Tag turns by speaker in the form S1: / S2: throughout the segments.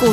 S1: 股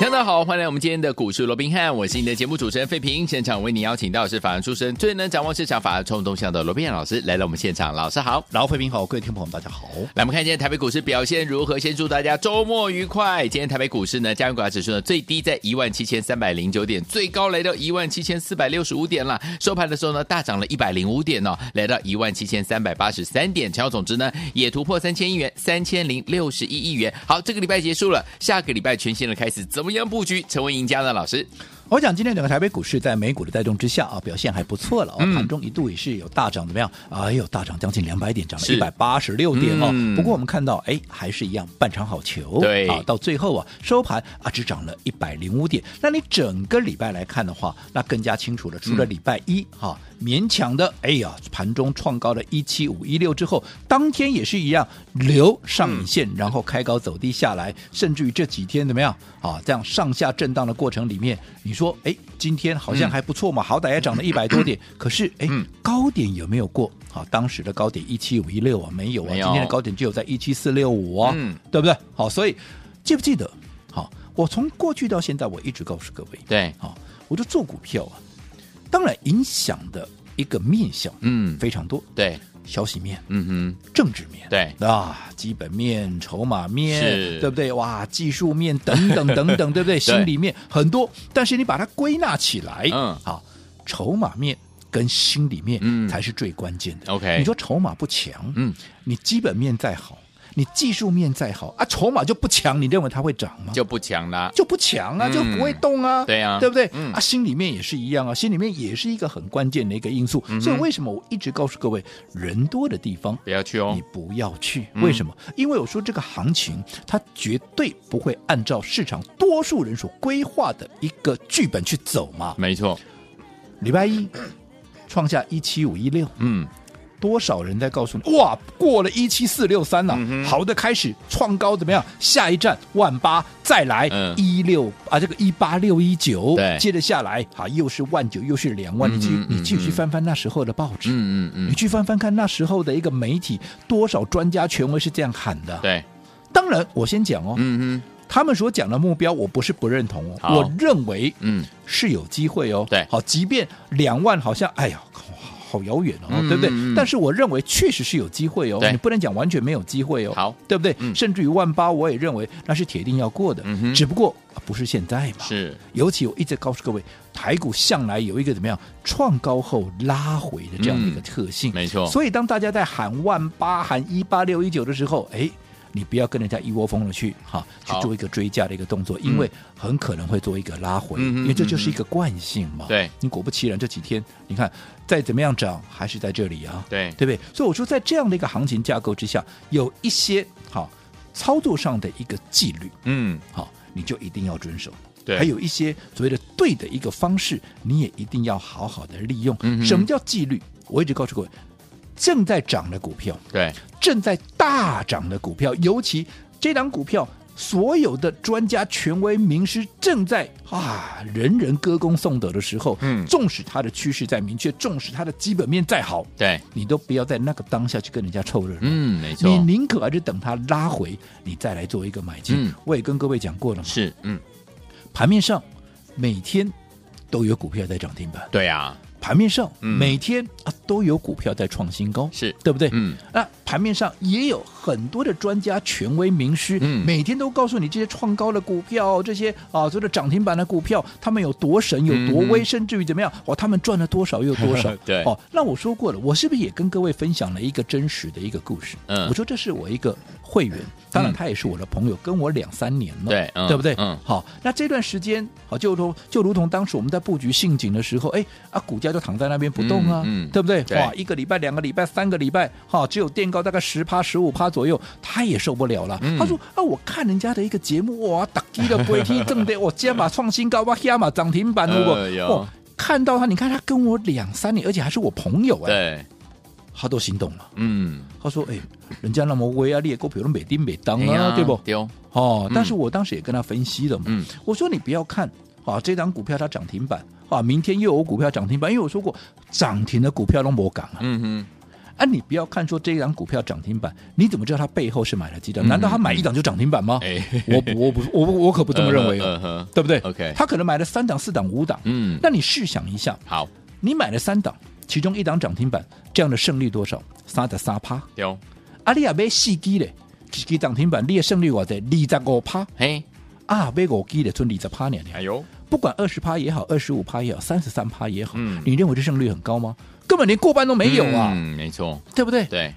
S2: 大家好，欢迎来我们今天的股市罗宾汉，我是你的节目主持人费平。现场为你邀请到的是法案出身、最能掌握市场法案冲动向的罗宾汉老师来到我们现场，老师好。
S3: 老费平好，各位听众朋友们，大家好。
S2: 来，我们看今天台北股市表现如何？先祝大家周末愉快。今天台北股市呢，加权股价指数呢最低在一万七千三百零九点，最高来到一万七千四百六十五点啦。收盘的时候呢，大涨了一百零五点哦，来到一万七千三百八十三点，成交总值呢也突破三千亿元，三千零六十一亿元。好，这个礼拜结束了，下个礼拜全新的开始，怎么样布局成为赢家呢？老师，
S3: 我讲今天整个台北股市在美股的带动之下啊，表现还不错了、哦。
S2: 嗯
S3: 盘中一度也是有大涨，怎么样？哎呦，大涨将近两百点，涨了
S2: 是
S3: 一百八十六点哦。
S2: 嗯
S3: 不过我们看到，哎，还是一样半场好球。
S2: 对
S3: 啊，到最后啊，收盘啊只涨了一百零五点。那你整个礼拜来看的话，那更加清楚了。除了
S2: 嗯
S3: 礼拜一哈、勉强的，哎呀，盘中创高了一七五一六之后，当天也是一样留上影
S2: 嗯
S3: 线，然后开高走低下来，甚至于这几天怎么样啊？这样上下震荡的过程里面，你说，哎，今天好像
S2: 嗯
S3: 还不错嘛，好歹也涨了一百多 点，可是哎
S2: 嗯，
S3: 高点有没有过？好，当时的高点一七五一六啊，没有啊，
S2: 没
S3: 今
S2: 有
S3: 天的高点只有在一七四六五啊，
S2: 嗯
S3: 对不对？好，所以记不记得？好，我从过去到现在，我一直告诉各位，
S2: 对，
S3: 好，我就做股票啊，当然影响的一个面向，
S2: 嗯，
S3: 非常多，
S2: 对，
S3: 消息面、
S2: 嗯
S3: 政治面，
S2: 对
S3: 啊，基本面、筹码面
S2: 是，
S3: 对不对？哇，技术面等等 等等，对不对？心里面很多，但是你把它归纳起来，
S2: 嗯
S3: 好，筹码面。跟心里面
S2: 嗯
S3: 才是最关键的。
S2: OK
S3: 你说筹码不强，
S2: 哎嗯，
S3: 你基本面再好，你技术面再好啊，筹码就不强，你认为它会涨吗
S2: 哼，？就不强啦，
S3: 就不强啊，
S2: 嗯
S3: 就不会动啊，
S2: 对啊
S3: 对不对？
S2: 嗯
S3: 啊，心里面也是一样啊，心里面也是一个很关键的一个因素。
S2: 嗯
S3: 所以为什么我一直告诉各位，人多的地方
S2: 不要去哦嗯
S3: 你，不要去，为什么？因为我说这个行情，它绝对不会按照市场多数人所规划的一个剧本去走嘛。
S2: 没错，
S3: 礼拜一创下一七五一六，
S2: 嗯，
S3: 多少人在告诉你哇，过了一七四六三了，
S2: 嗯
S3: 好的开始创高怎么样？下一站万八再来
S2: 嗯
S3: 一六、啊，这个一八六一九
S2: 对，
S3: 接着下来啊，又是万九，又是两万，你去、
S2: 嗯哼
S3: 你继续翻翻那时候的报纸，
S2: 嗯嗯
S3: 你
S2: 嗯，
S3: 去翻翻看那时候的一个媒体，多少专家权威是这样喊的。
S2: 对，
S3: 当然，我先讲哦，
S2: 嗯
S3: 他们所讲的目标，我不是不认同哦，
S2: 好
S3: 我认为
S2: 哼，嗯，
S3: 是有机会哦。
S2: 对
S3: 好，即便两万好像，哎呀。好遥远哦，
S2: 嗯
S3: 对不对？
S2: 嗯嗯
S3: 但是我认为确实是有机会哦
S2: 对，
S3: 你不能讲完全没有机会哦，
S2: 好
S3: 对不对？
S2: 嗯
S3: 甚至于万八，我也认为那是铁定要过的，
S2: 嗯哼
S3: 只不过、啊不是现在嘛。，
S2: 是，
S3: 尤其我一直告诉各位，台股向来有一个怎么样创高后拉回的这样的一个
S2: 嗯
S3: 特性，
S2: 没错，
S3: 所以当大家在喊万八、喊一八六一九的时候，哎。你不要跟人家一窝蜂的去哈，去
S2: 好
S3: 做一个追加的一个动作，因为很可能会做一个拉回，
S2: 嗯哼嗯
S3: 因为这就是一个惯性嘛。
S2: 对，
S3: 你果不其然，这几天你看再怎么样涨，还是在这里啊，
S2: 对，
S3: 对不对？所以我说，在这样的一个行情架构之下，有一些好操作上的一个纪律，
S2: 嗯，
S3: 好，你就一定要遵守。
S2: 对，
S3: 还有一些所谓的对的一个方式，你也一定要好好的利用。
S2: 嗯哼
S3: 什么叫纪律？我一直告诉各位，正在涨的股票，
S2: 对，
S3: 正在大涨的股票，尤其这档股票。所有的专家、权威、名师正在啊，人人歌功颂德的时候，
S2: 嗯
S3: 纵使它的趋势再明确，纵使它的基本面再好，
S2: 对，
S3: 你都不要在那个当下去跟人家凑热闹。
S2: 嗯，没
S3: 你
S2: 错，
S3: 宁可还是等它拉回，你再来做一个买进。
S2: 嗯
S3: 我也跟各位讲过了嘛，
S2: 是，嗯，
S3: 盘面上每天都有股票在涨停板，
S2: 对啊，
S3: 盘面上
S2: 嗯
S3: 每天、啊都有股票在创新高，
S2: 是，
S3: 对不对？
S2: 嗯，
S3: 那哎盘面上也有很多的专家、权威、名师，
S2: 嗯
S3: 每天都告诉你这些创高的股票，这些啊，所谓的涨停板的股票，他们有多神、有多
S2: 嗯。
S3: 威，甚至于怎么样，哇，他们赚了多少又多少
S2: 对
S3: 哦，那我说过了，我是不是也跟各位分享了一个真实的一个故事？
S2: 嗯
S3: 我说这是我一个会员，当然他也是我的朋友，跟我两三年了，
S2: 对嗯
S3: 对不对？
S2: 嗯
S3: 好，那这段时间，好，就如就如同当时我们在布局信景的时候，哎啊，股价就躺在那边不动啊，
S2: 嗯嗯
S3: 对不对？
S2: 对
S3: 哇，一个礼拜、两个礼拜、三个礼拜，哈，只有垫高大概十趴、十五趴左右，他也受不了了。
S2: 嗯
S3: 他说啊，我看人家的一个节目，哇，打击的不会踢正的，我加码创新高，哇，加码涨 停板，如果
S2: 呃有
S3: 哦看到他，你看他跟我两三年，而且还是我朋友哎，
S2: 对，
S3: 他都心动了。
S2: 嗯，
S3: 他说：“哎、人家那么威啊，你也够，比如美丁美当
S2: 哎
S3: 啊，
S2: 呀
S3: 对不？
S2: 丢，
S3: 哦
S2: 嗯，
S3: 但是我当时也跟他分析了嘛，
S2: 嗯
S3: 我说你不要看啊，这档股票它涨停板啊，明天又有股票涨停板，因为我说过涨停的股票都没港啊，
S2: 嗯哼，
S3: 啊，你不要看说这一档股票涨停板，你怎么知道它背后是买了几档？
S2: 嗯
S3: 难道他买一档就涨停板吗？
S2: 哎
S3: 我不我不我不哦我可不这么认为
S2: 嗯
S3: 哦，
S2: 哼，
S3: 对不对
S2: OK
S3: 他可能买了三档、四档、五档，
S2: 嗯，
S3: 那你试想一下，
S2: 好，
S3: 你买了三档，其中一档涨停板，这样的胜率多少？三的三趴，
S2: 丢，
S3: 阿里亚买四支嘞，一支涨停板，你的胜率我在二十五趴。
S2: 嘿，
S3: 啊，买五 G 的存二十趴年
S2: 哎呦，
S3: 不管二十趴也好，二十五趴也好，三十三趴也好，
S2: 嗯
S3: 你认为这胜率很高吗？根本连过半都没有啊，
S2: 嗯，没错，
S3: 对不对？
S2: 对，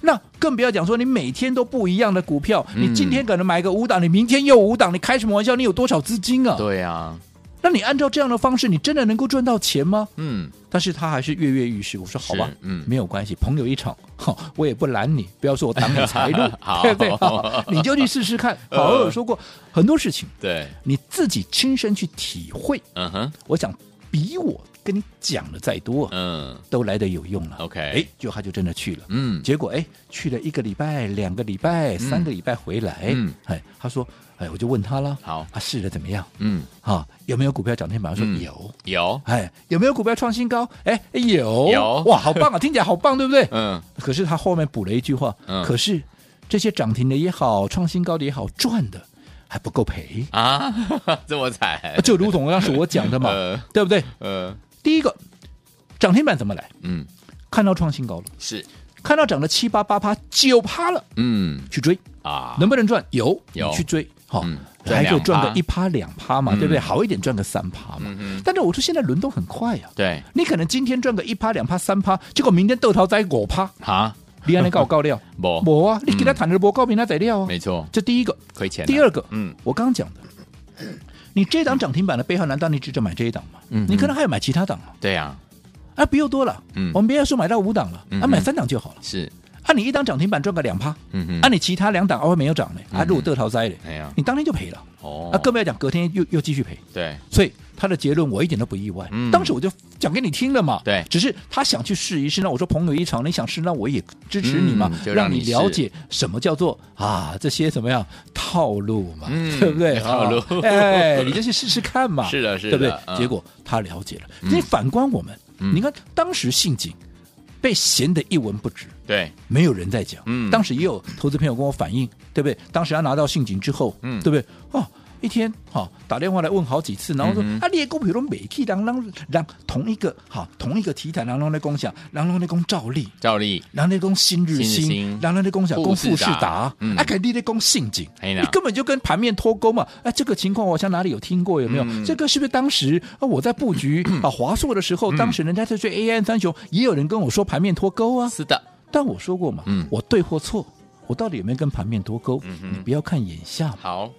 S3: 那更不要讲说你每天都不一样的股票，
S2: 嗯
S3: 你今天可能买个五档，你明天又五档，你开什么玩笑？你有多少资金啊？
S2: 对啊，
S3: 那你按照这样的方式，你真的能够赚到钱吗？
S2: 嗯，
S3: 但是他还是跃跃欲试。我说好吧
S2: 是，嗯
S3: 没有关系，朋友一场，哈，我也不拦你，不要说我挡你财路
S2: 好，
S3: 对不对？哈你就去试试看。
S2: 呃
S3: 好，我有说过很多事情，
S2: 对，
S3: 你自己亲身去体会，
S2: 嗯哼，
S3: 我想比我跟你讲的再多，
S2: 嗯
S3: 都来得有用了。
S2: ，OK，
S3: 哎，就他就真的去了。
S2: 嗯，
S3: 结果哎，去了一个礼拜、两个礼拜、三个礼拜回来，
S2: 嗯
S3: 哎，他说，哎，我就问他了，
S2: 好
S3: 啊，试的怎么样？
S2: 嗯，
S3: 啊，有没有股票涨停板？他说
S2: 嗯
S3: 有。
S2: 有，
S3: 哎，有没有股票创新高？哎，有
S2: 有
S3: 哇，好棒啊，听起来好棒，对不 对？
S2: 嗯，
S3: 可是他后面补了一句话，
S2: 嗯
S3: 可是这些涨停的也好，创新高的也好，赚的还不够赔，
S2: 啊， 这么惨，
S3: 啊就如同当时我讲的嘛，
S2: 哎 呃
S3: 对不对？
S2: 呃，
S3: 第一个涨停板怎么来？
S2: 嗯，
S3: 看到创新高了，
S2: 是，
S3: 看到涨了七八八趴、九趴了，
S2: 嗯
S3: 去追，
S2: 啊，
S3: 能不能赚？有，
S2: 有
S3: 你去追，好、
S2: 嗯赚
S3: 还可以赚个
S2: 2%
S3: 一趴两趴嘛，
S2: 嗯
S3: 对不对？好一点赚个三趴嘛。
S2: 嗯哼，
S3: 但是我说现在轮动很快呀、
S2: 对，
S3: 你可能今天赚个一趴两趴三趴，结果明天豆桃栽五趴，
S2: 好，？
S3: 你安尼告告料
S2: 不
S3: 没啊，你给他谈的不告明他宰料啊。
S2: 哦嗯没错，
S3: 这第一个，
S2: 亏钱了，
S3: 第二个，
S2: 嗯，
S3: 我刚讲的，你这档涨停板的背后，难道你只只买这一档吗？
S2: 嗯
S3: 你可能还有买其他档啊，
S2: 对啊，
S3: 啊，不用多了，
S2: 嗯
S3: 我们不要说买到五档了，
S2: 嗯
S3: 啊，买三档就好了。
S2: 是，
S3: 啊，你一档涨停板赚个两趴，
S2: 嗯哼，
S3: 啊，你其他两档偶尔没有涨呢，啊，
S2: 嗯
S3: 如果得逃灾嘞，
S2: 哎呀，
S3: 你当天就赔了，
S2: 哦，
S3: 啊，更不要讲隔天又又继续赔。
S2: 对，
S3: 所以他的结论我一点都不意外。
S2: 嗯
S3: 当时我就讲给你听了嘛，
S2: 对
S3: 只是他想去试一试，那我说朋友一场，你想试，那我也支持你嘛，
S2: 嗯就让
S3: 让
S2: 你
S3: 你了解什么叫做啊这些怎么样套路嘛，
S2: 嗯
S3: 对不 对？
S2: 套路
S3: 啊哎，你就去试试看嘛，
S2: 是的是的
S3: 对不对？
S2: 嗯
S3: 结果他了解了，你反观我们，
S2: 嗯
S3: 你看当时信锦被闲得一文不值，
S2: 对，
S3: 没有人在讲。
S2: 嗯
S3: 当时也有投资朋友跟我反映，对不对？当时他拿到信警之后，
S2: 嗯
S3: 对不对？哦，一天哈、哦、打电话来问好几次，然后说、
S2: 嗯
S3: 啊，你的股票都每期让让让同一个哈、同一个题材，然后在讲啥，然后在讲照例。
S2: 照例，
S3: 然后在讲新日
S2: 新日
S3: 新
S2: 新，
S3: 然后在讲啥？
S2: 富
S3: 讲
S2: 士
S3: 富士
S2: 达
S3: 达，
S2: 嗯
S3: 啊，肯定在讲信景，
S2: 哎呀
S3: 你根本就跟盘面脱钩嘛。哎，这个情况我好像哪里有听过，有没有？
S2: 嗯
S3: 这个是不是当时啊我在布局 啊华硕的时
S2: 嗯
S3: 候，当时人家在追 AI 三雄，也有人跟我说盘面脱钩啊。
S2: 是的，
S3: 但我说过嘛，
S2: 嗯
S3: 我对或错，我到底有没有跟盘面脱钩？
S2: 嗯哼
S3: 你不要看眼下嘛，
S2: 好，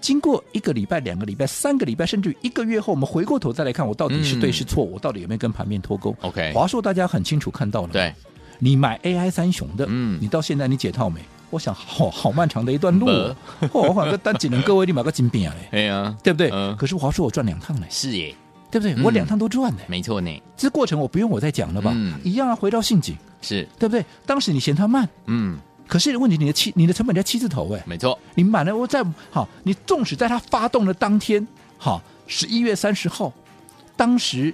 S3: 经过一个礼拜、两个礼拜、三个礼拜，甚至于一个月后，我们回过头再来看，我到底是对
S2: 嗯
S3: 是错，我到底有没有跟盘面脱钩
S2: OK
S3: 华硕大家很清楚看到了，，
S2: 对，
S3: 你买 AI 三雄的，
S2: 嗯
S3: 你到现在你解套没？我想好好漫长的一段路、啊，
S2: 嗯
S3: 哦，我反正但只能各位你买个金饼嘞，
S2: 哎呀，
S3: 对不对？
S2: 嗯
S3: 可是华硕我赚两趟嘞，
S2: 是耶，
S3: 对不对？
S2: 嗯
S3: 我两趟都赚嘞，
S2: 没错呢，
S3: 这过程我不用我再讲了吧？
S2: 嗯
S3: 一样啊，回到信景，
S2: 是，
S3: 对不对？当时你嫌它慢，
S2: 嗯，
S3: 可是问题你的七你的成本在七字头哎，
S2: 没错，
S3: 你买了我在好，你纵使在它发动的当天，好十一月三十号，当时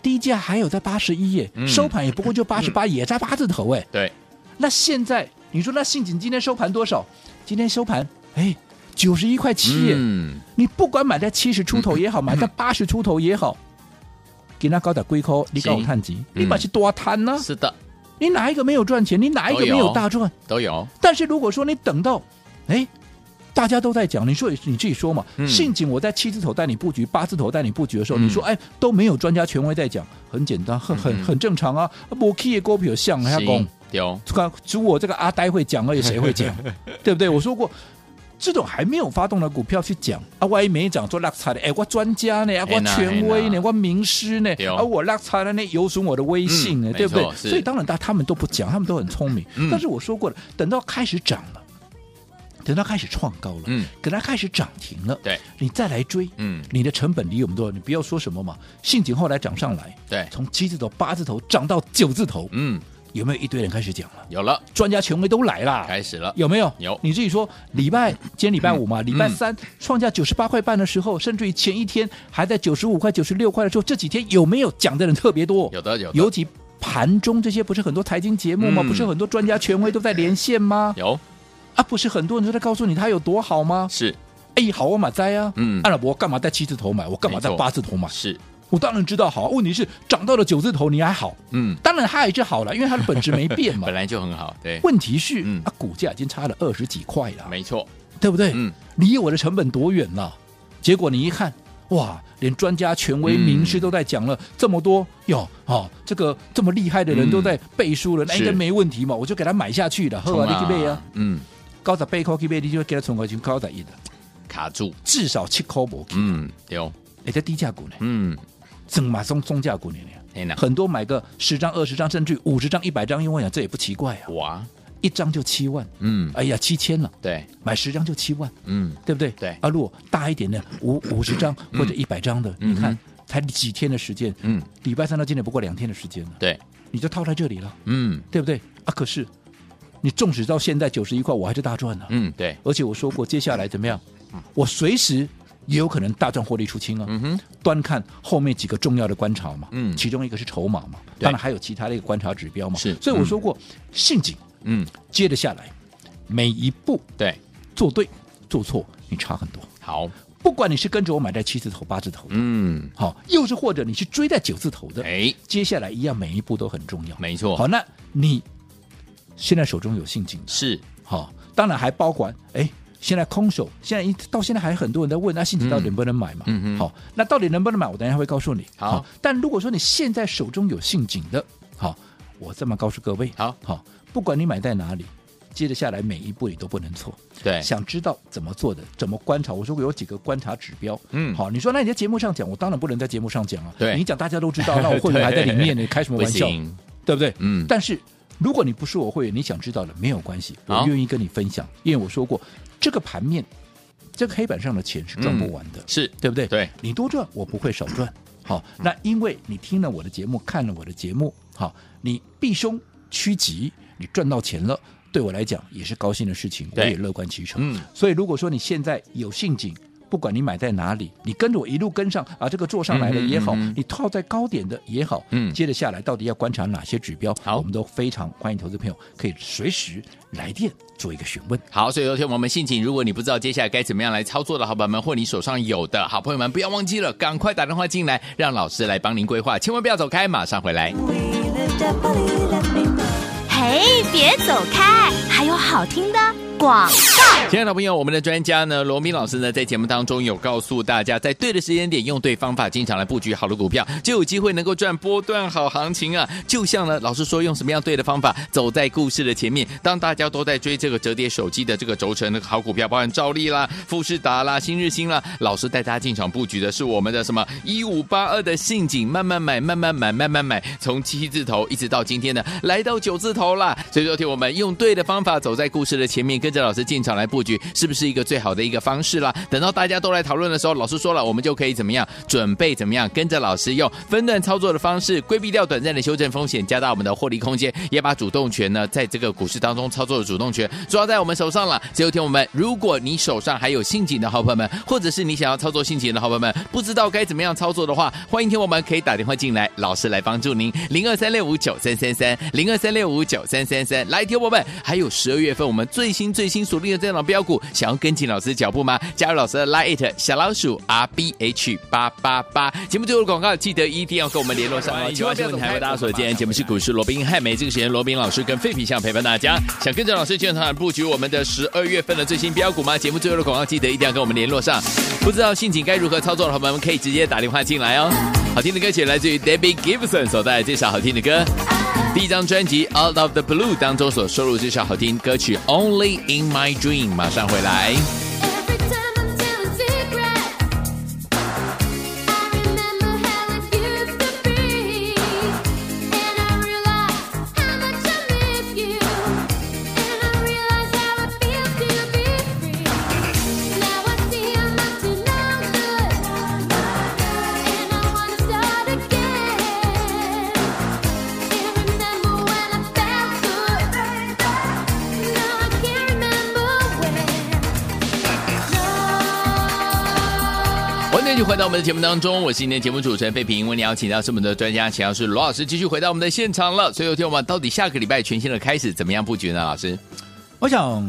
S3: 低价还有在八十一耶，
S2: 嗯
S3: 收盘也不过就八十八，也在八字头哎。
S2: 对，
S3: 那现在你说那信锦今天收盘多少？今天收盘哎九十一块七耶，
S2: 嗯，
S3: 你不管买在七十出头也好，买在八十出头也好。给那高点龟壳，你
S2: 是
S3: 搞我探级，
S2: 嗯
S3: 你把去多摊呢、
S2: 是的，
S3: 你哪一个没有赚钱？你哪一个
S2: 都有
S3: 没有大赚？
S2: 都有，
S3: 但是如果说你等到，哎，大家都在讲，你说你自己说嘛，
S2: 嗯
S3: 信锦我在七字头带你布局，八字头带你布局的时候，
S2: 嗯
S3: 你说哎都没有专家权威在讲，很简单，很
S2: 嗯
S3: 很
S2: 嗯
S3: 很正常啊。我 key 的股票像还要讲，
S2: 丢，
S3: 这个只有我这个阿呆会讲而已，谁会 讲？对不对？我说过。这种还没有发动的股票去讲啊，万一没涨做落差的，哎，我专家呢，啊，
S2: 嘿
S3: 我
S2: 哎呐
S3: 权威
S2: 嘿呐
S3: 呢，我名师呢
S2: 对哦，
S3: 啊，我落差的呢，有损我的威信呢，
S2: 嗯
S3: 对不对
S2: 没错？是
S3: 所以当然大他们都不讲，他们都很聪明。
S2: 嗯
S3: 但是我说过了，等到开始涨了，等到开始创高了，
S2: 嗯
S3: 等到开始涨停了，
S2: 对，
S3: 你再来追，
S2: 嗯，
S3: 你的成本离我们多少？你不要说什么嘛，信锦后来涨上来，
S2: 对，
S3: 从七字头、八字头涨到九字头，
S2: 嗯，
S3: 有没有一堆人开始讲了？
S2: 有了，
S3: 专家权威都来啦，
S2: 开始了，
S3: 有没有？
S2: 哎有嗯
S3: 你自己说，礼拜今天礼拜五嘛，礼拜三创价九十八块半的时候，甚至于前一天还在九十五块、九十六块的时候，这几天有没有讲的人特别多？
S2: 有的有的
S3: 尤其盘中这些不是很多财经节目吗？
S2: 嗯
S3: 不是很多专家权威都在连 线吗？
S2: 有
S3: 啊，不是很多人都在告诉你它有多好吗？
S2: 是
S3: 哎，好啊，马栽啊，
S2: 嗯
S3: 阿拉伯干嘛在七字头买？我干嘛在
S2: 没错
S3: 八字头买？
S2: 是，
S3: 我当然知道好啊，问题是涨到了九字头你还好，
S2: 嗯，
S3: 当然它还是好了，因为它的本质没变 嘛
S2: 本。来就很好，对，
S3: 问题是、
S2: 嗯
S3: 啊，股价已经差了二十几块了，
S2: 没错，
S3: 对不对？
S2: 嗯
S3: 离我的成本多远了？结果你一看，哇，连专家、权威、
S2: 嗯
S3: 名师都在讲了这么多哟，哦，这个这么厉害的人
S2: 嗯
S3: 都在背书了，那
S2: 是
S3: 应该没问题嘛，我就给他买下去了，喝
S2: 冲
S3: 完你去背啊，，
S2: 嗯，
S3: 高十背块去背，你就给他存回去，高十一的，
S2: 卡住，
S3: 至少七块五，
S2: 嗯，有，
S3: 哎，在低价股呢，
S2: 嗯，
S3: 整马松中价股呢。
S2: 天哪，
S3: 很多买个十张、二十张，甚至五十张、一百张，因为我想这也不奇怪啊，
S2: 哇，
S3: 一张就七万，
S2: 嗯，
S3: 哎呀，七千了，
S2: 对，
S3: 买十张就七万，
S2: 嗯，
S3: 对不对？
S2: 对
S3: 啊，如果大一点的五五十张或者一百张的，
S2: 嗯
S3: 你看才几天的时间，
S2: 嗯，
S3: 礼拜三到今天不过两天的时间了，
S2: 对，
S3: 你就套在这里了，
S2: 嗯，
S3: 对不对？啊，可是你纵使到现在九十一块，我还是大赚呢、
S2: 嗯，对，
S3: 而且我说过，接下来怎么样？我随时也有可能大赚获利出清啊。
S2: 嗯哼，
S3: 端看后面几个重要的观察嘛，
S2: 嗯
S3: 其中一个是筹码嘛，
S2: 对
S3: 当然还有其他的一个观察指标嘛。
S2: 是
S3: 所以我说过，陷阱
S2: 嗯，
S3: 接着下来，每一步
S2: 对，
S3: 做对做错，你差很多。
S2: 好，
S3: 不管你是跟着我买在七字头、八字头的，
S2: 嗯，
S3: 好、又是或者你是追在九字头的，
S2: 哎，
S3: 接下来一样每一步都很重要。
S2: 没错，
S3: 好，那你现在手中有陷阱的，
S2: 是，
S3: 好、当然还包括哎。现在空手，现在一到现在还很多人在问，那陷阱到底能不能买嘛？
S2: 嗯嗯哼
S3: 好、那到底能不能买？我等一下会告诉你。
S2: 好
S3: 但如果说你现在手中有陷阱的，好、我这么告诉各位，
S2: 好
S3: 好、不管你买在哪里，接着下来每一步你都不能错。
S2: 对，
S3: 想知道怎么做的，怎么观察？我说过有几个观察指标。
S2: 嗯
S3: 好，你说那你在节目上讲，我当然不能在节目上讲啊。
S2: 对
S3: 你讲大家都知道，那我会员还在里 面，你开什么
S2: 不
S3: 玩笑？
S2: 行，
S3: 对不对？
S2: 嗯
S3: 但是如果你不是我会员，你想知道的没有关系，
S2: 好
S3: 我愿意跟你分享，因为我说过，这个盘面，这个黑板上的钱是赚不完的，
S2: 是，
S3: 对不对？
S2: 嗯对，嗯
S3: 你多赚，我不会少赚。好，那因为你听了我的节目，看了我的节目，好，你避凶趋吉，你赚到钱了，对我来讲也是高兴的事情，我
S2: 对
S3: 也乐观其成。
S2: 嗯，
S3: 所以如果说你现在有陷阱。不管你买在哪里，你跟着我一路跟上啊，这个做上来的也好，
S2: 嗯哼嗯哼
S3: 你套在高点的也好，
S2: 嗯
S3: 接着下来到底要观察哪些指标，
S2: 好
S3: 我们都非常欢迎投资朋友可以随时来电做一个询问。
S2: 好，所以有天我们信请，如果你不知道接下来该怎么样来操作的好朋友们，或你手上有的好朋友们，不要忘记了，赶快打电话进来，让老师来帮您规划，千万不要走开，马上回来。
S1: 嘿，别走开，还有好听的广。
S2: 亲爱的朋友，我们的专家呢，罗明老师呢，在节目当中有告诉大家，在对的时间点用对方法，经常来布局好的股票，就有机会能够赚波段好行情啊！就像呢，老师说用什么样对的方法，走在故事的前面。当大家都在追这个折叠手机的这个轴承的好股票，包含兆利啦、富士达啦、新日新啦，老师带大家进场布局的是我们的什么一五八二的陷阱，慢慢买，慢慢买，慢慢买，从七字头一直到今天呢，来到九字头啦。所以说，听我们用对的方法，走在故事的前面，跟着老师进场来布局，是不是一个最好的一个方式啦？等到大家都来讨论的时候，老师说了，我们就可以怎么样准备，怎么样跟着老师用分段操作的方式，规避掉短暂的修正风险，加大我们的获利空间，也把主动权呢，在这个股市当中操作的主动权抓在我们手上了。所以，听我们，如果你手上还有陷阱的好朋友们，或者是你想要操作陷阱的好朋友们，不知道该怎么样操作的话，欢迎听我们可以打电话进来，老师来帮助您，零二三六五九三三三，零二三六五九三三三。来，听我们，还有十二月份我们最新最新锁定的这档标股，想要跟紧老师的脚步吗？加入老师的 Lite 小老鼠 R B H 八八八。节目最后的广告，记得一定要跟我们联络上哦，千万不要走开。为大家所见，节目是股市罗宾汉美，这个时间罗宾老师跟费皮相陪伴大家。想跟着老师进场布局我们的十二月份的最新标股吗？节目最后的广告，记得一定要跟我们联络上。不知道陷阱该如何操作的朋友们，可以直接打电话进来哦。好听的歌曲来自于 Debbie Gibson 所带来这首好听的歌。第一张专辑《Out of the Blue》当中所收录这首好听歌曲《Only in My Dream》，马上回来。
S4: Every time I'm telling secrets, I remember how it used to be, and I realize how much I miss you, and I realize how it feels to be free. Now I see I'm up to no good, and I wanna start again. And remember when I fell
S2: 欢迎继续回到我们的节目当中，我是今天节目主持人费平。为您邀请到是我们的专家，请到是罗老师，继续回到我们的现场了。所以，有天我们到底下个礼拜全新的开始怎么样布局呢？老师，
S3: 我想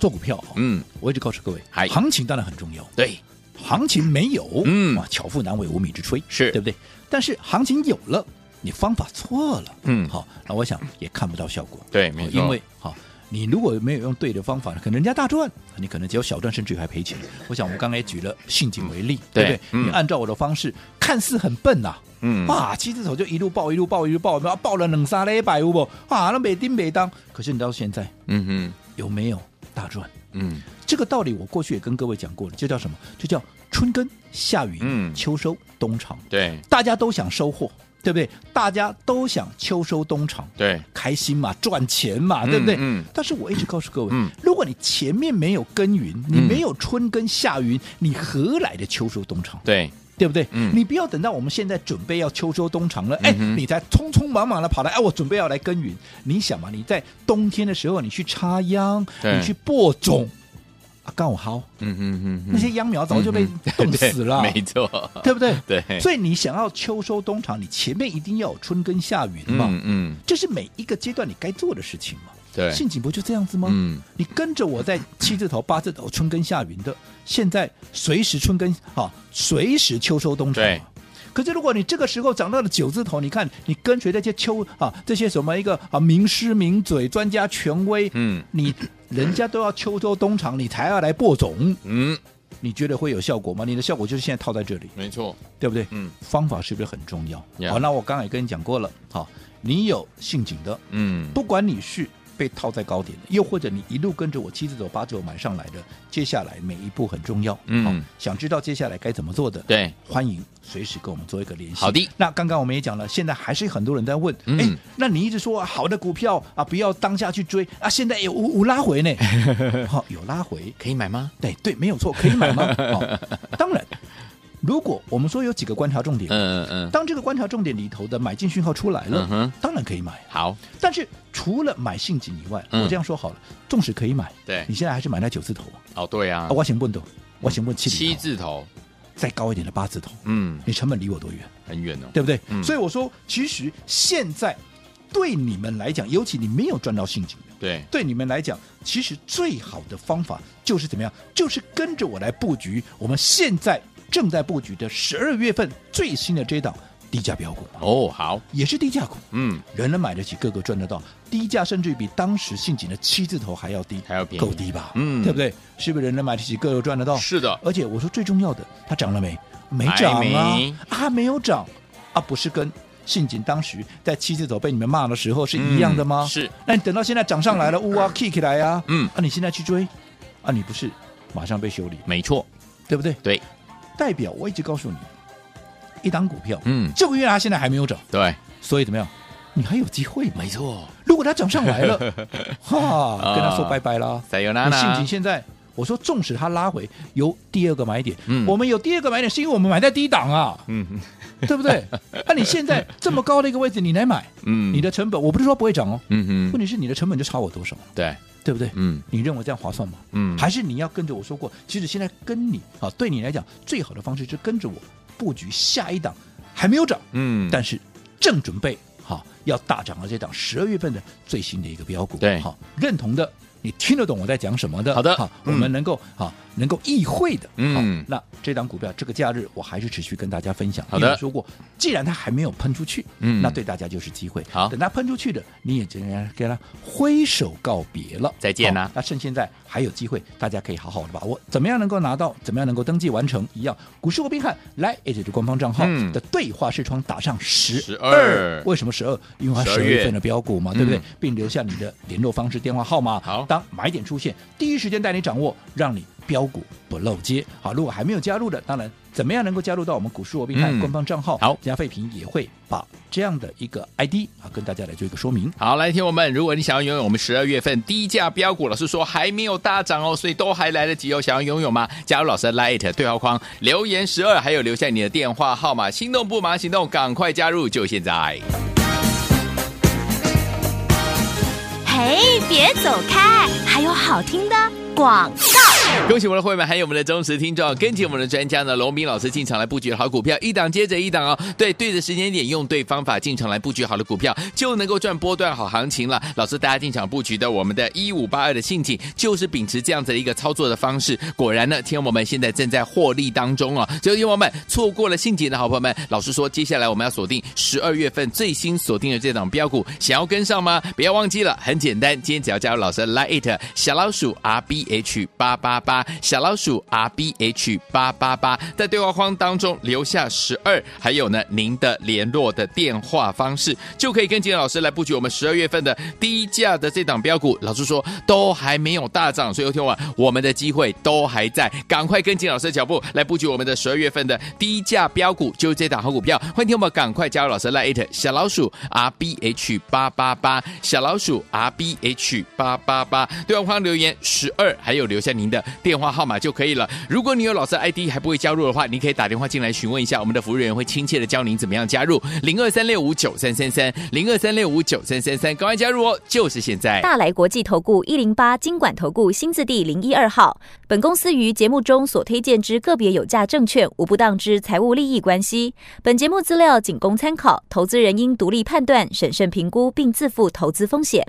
S3: 做股票，
S2: 嗯，
S3: 我一直告诉各位
S2: 嗨，
S3: 行情当然很重要，
S2: 对，
S3: 行情没有，
S2: 嗯
S3: 啊，巧妇难为无米之炊，
S2: 是
S3: 对不对？但是行情有了，你方法错了，
S2: 嗯
S3: 好，那我想也看不到效果，
S2: 对没错
S3: 因为好。你如果没有用对的方法，可能人家大赚，你可能只有小赚，甚至于还赔钱。我想我们刚才举了信锦为例，
S2: 对
S3: 不对？
S2: 嗯
S3: 你按照我的方式，看似很笨呐、
S2: 嗯
S3: 哇，七只手就一路爆，一路爆，一路爆，有没有爆了冷杀了一百五不？啊，那每丁每当，可是你到现在
S2: 嗯哼，
S3: 有没有大赚？
S2: 嗯，
S3: 这个道理我过去也跟各位讲过了，这叫什么？这叫春耕、夏耘、
S2: 嗯
S3: 秋收、冬藏。
S2: 对，
S3: 大家都想收获，对不对？大家都想秋收冬藏，
S2: 对，
S3: 开心嘛，赚钱嘛，对不对？
S2: 嗯
S3: 但是我一直告诉各位，
S2: 嗯
S3: 如果你前面没有耕耘，你
S2: 嗯
S3: 没有春耕夏耘，你何来的秋收冬藏？
S2: 对，
S3: 对不对？
S2: 嗯
S3: 你不要等到我们现在准备要秋收冬藏了，哎、
S2: 嗯哼
S3: 你才匆匆忙忙的跑来，哎，我准备要来耕耘。你想嘛，你在冬天的时候，你去插秧，
S2: 对
S3: 你去播种，啊，刚好、
S2: 嗯哼哼哼
S3: 那些秧苗早就被 冻死了，
S2: 对没错，
S3: 对不对？
S2: 对
S3: 所以你想要秋收冬藏，你前面一定要有春耕夏耘嘛，
S2: 嗯嗯，
S3: 这是每一个阶段你该做的事情嘛。
S2: 对，
S3: 陷阱不就这样子吗？
S2: 嗯
S3: 你跟着我在七字头、八字头春耕夏耘的，现在随时春耕啊，随时秋收冬藏啊、
S2: 对
S3: 可是如果你这个时候涨到了九字头，你看你跟随那些秋啊这些什么一个啊名师名嘴、专家权威，
S2: 嗯
S3: 你人家都要秋收冬藏，你才要来播种，
S2: 嗯，
S3: 你觉得会有效果吗？你的效果就是现在套在这里，
S2: 没错，
S3: 对不对？
S2: 嗯
S3: 方法是不是很重要？
S2: Yeah
S3: 好，那我刚才也跟你讲过了，好，你有陷阱的，
S2: 嗯，
S3: 不管你是被套在高点的，又或者你一路跟着我七字走八字走买上来的，接下来每一步很重要。
S2: 嗯
S3: 好想知道接下来该怎么做的，
S2: 对，
S3: 欢迎随时跟我们做一个联系。
S2: 好的
S3: 那刚刚我们也讲了，现在还是很多人在问，哎、
S2: 嗯
S3: 那你一直说啊好的股票啊，不要当下去追啊，现在有有拉回 呢，好、有拉回，
S2: 可以买吗？
S3: 对对，没有错，可以买 吗？哦，当然，如果我们说有几个观察重点，
S2: 嗯嗯嗯，
S3: 当这个观察重点里头的买进讯号出来了
S2: 嗯，哼
S3: 当然可以买啊。
S2: 好，
S3: 但是除了买信锦以外，
S2: 嗯
S3: 我这样说好了，纵使可以买，
S2: 对
S3: 你现在还是买那九字头啊，
S2: 哦，对啊
S3: 啊，我想问的，我想问七
S2: 七字
S3: 字头，
S2: 头，
S3: 再高一点的八字头，
S2: 嗯，
S3: 你成本离我多远，
S2: 很远哦，
S3: 对不对？
S2: 嗯
S3: 所以我说，其实现在对你们来讲，尤其你没有赚到信锦的。
S2: 对，
S3: 对你们来讲，其实最好的方法就是怎么样？就是跟着我来布局。我们现在正在布局的十二月份最新的这一档低价标股嘛，
S2: 哦，好，
S3: 也是低价股，
S2: 嗯，
S3: 人人买得起，个个赚得到，低价甚至于比当时信锦的七字头还要低，
S2: 还要便宜
S3: 够低吧？
S2: 嗯
S3: 对不对？是不是人人买得起，个个赚得到？
S2: 是的，
S3: 而且我说最重要的，它涨了没？没涨
S2: 还
S3: 啊
S2: 没，
S3: 啊没有涨啊，不是跟信锦当时在七字头被你们骂的时候是一样的吗？
S2: 嗯是，
S3: 那你等到现在涨上来了，呜啊 kick 来啊，
S2: 嗯
S3: 啊你现在去追，啊你不是马上被修理，
S2: 没错，
S3: 对不对？
S2: 对，
S3: 代表我一直告诉你，一档股票，
S2: 嗯，
S3: 这个月它现在还没有涨，
S2: 对，
S3: 所以怎么样？你还有机会吗？
S2: 错，
S3: 如果它涨上 来了，哈，跟他说拜拜啦。
S2: 塞啊尤娜
S3: 那信
S2: 娜
S3: 锦，现在，我说纵使它拉回，有第二个买点，
S2: 嗯
S3: 我们有第二个买点是因为我们买在低档啊，
S2: 嗯
S3: 对不 对？那、你现在这么高的一个位置，你来买，
S2: 嗯，
S3: 你的成本，我不是说不会涨哦，
S2: 嗯
S3: 问
S2: 哼，
S3: 题是你的成本就差我多少，
S2: 对，
S3: 对不对？
S2: 嗯
S3: 你认为这样划算吗？
S2: 嗯，
S3: 还是你要跟着我说过，其实现在跟你啊，对你来讲最好的方式是跟着我布局下一档还没有涨，
S2: 嗯，
S3: 但是正准备好要大涨的这档十二月份的最新的一个标股，
S2: 对
S3: 好认同的，你听得懂我在讲什么的，
S2: 好的
S3: 好，我
S2: 嗯
S3: 们能够好能够意会的，
S2: 嗯
S3: 好那这档股票这个假日我还是持续跟大家分享，
S2: 好
S3: 因
S2: 的
S3: 为我说过，既然它还没有喷出去，
S2: 嗯
S3: 那对大家就是机会，
S2: 好
S3: 等它喷出去的，你也只能跟它挥手告别了，
S2: 再见啊啦
S3: 好那趁现在还有机会，大家可以好好的把握，怎么样能够拿到，怎么样能够登记完成，一样，股市罗宾汉来，也就是官方账号
S2: 嗯
S3: 的对话视窗打上十
S2: 12
S3: 为什么十二？因为它
S2: 12
S3: 十
S2: 月
S3: 月份的标股嘛，对不对？
S2: 嗯
S3: 并留下你的联络方式、电话号码。
S2: 好
S3: 当买点出现，第一时间带你掌握，让你标股不漏接。好，如果还没有加入的，当然怎么样能够加入到我们股市罗宾汉
S2: 嗯
S3: 官方账号？
S2: 好
S3: 加费平也会把这样的一个 ID 啊，跟大家来做一个说明。
S2: 好，来，听我们，如果你想要拥有我们十二月份低价标股，老师说还没有大涨哦，所以都还来得及哦。想要拥有吗？加入老师的 Light 对话框留言十二，还有留下你的电话号码，心动不马上行动，赶快加入，就现在。
S1: 嘿，别走开，还有好听的广告。
S2: 恭喜我们的会员，还有我们的忠实听众，跟紧我们的专家呢，龙斌老师进场来布局好股票，一档接着一档哦。对，对的时间点，用对方法进场来布局好的股票，就能够赚波段好行情了。老师，大家进场布局的我们的一五八二的信景，就是秉持这样子的一个操作的方式。果然呢，天我们现在正在获利当中哦。所以，天我们错过了信景的好朋友们，老师说，接下来我们要锁定十二月份最新锁定的这档标股，想要跟上吗？不要忘记了，很简单，今天只要加入老师的 Lite 小老鼠 R B H 八八八，小老鼠 R B H 八八八，在对话框当中留下十二，还有呢您的联络的电话方式，就可以跟金老师来布局我们十二月份的低价的这档标股。老师说都还没有大涨，所以有天晚我们的机会都还在，赶快跟金老师的脚步来布局我们的十二月份的低价标股，就是这档好股票。欢迎听我们赶快加入老师 Lite 小老鼠 R B H 八八八，小老鼠 R B H 八八八，对话框留言十二，还有留下您的电话号码就可以了。如果你有老师的 ID 还不会加入的话，你可以打电话进来询问一下，我们的服务人员会亲切的教您怎么样加入零二三六五九三三三零二三六五九三三三，赶快加入哦，就是现在。
S5: 大来国际投顾一零八金管投顾新字第零一二号。本公司于节目中所推荐之个别有价证券，无不当之财务利益关系。本节目资料仅供参考，投资人应独立判断、审慎评估，并自负投资风险。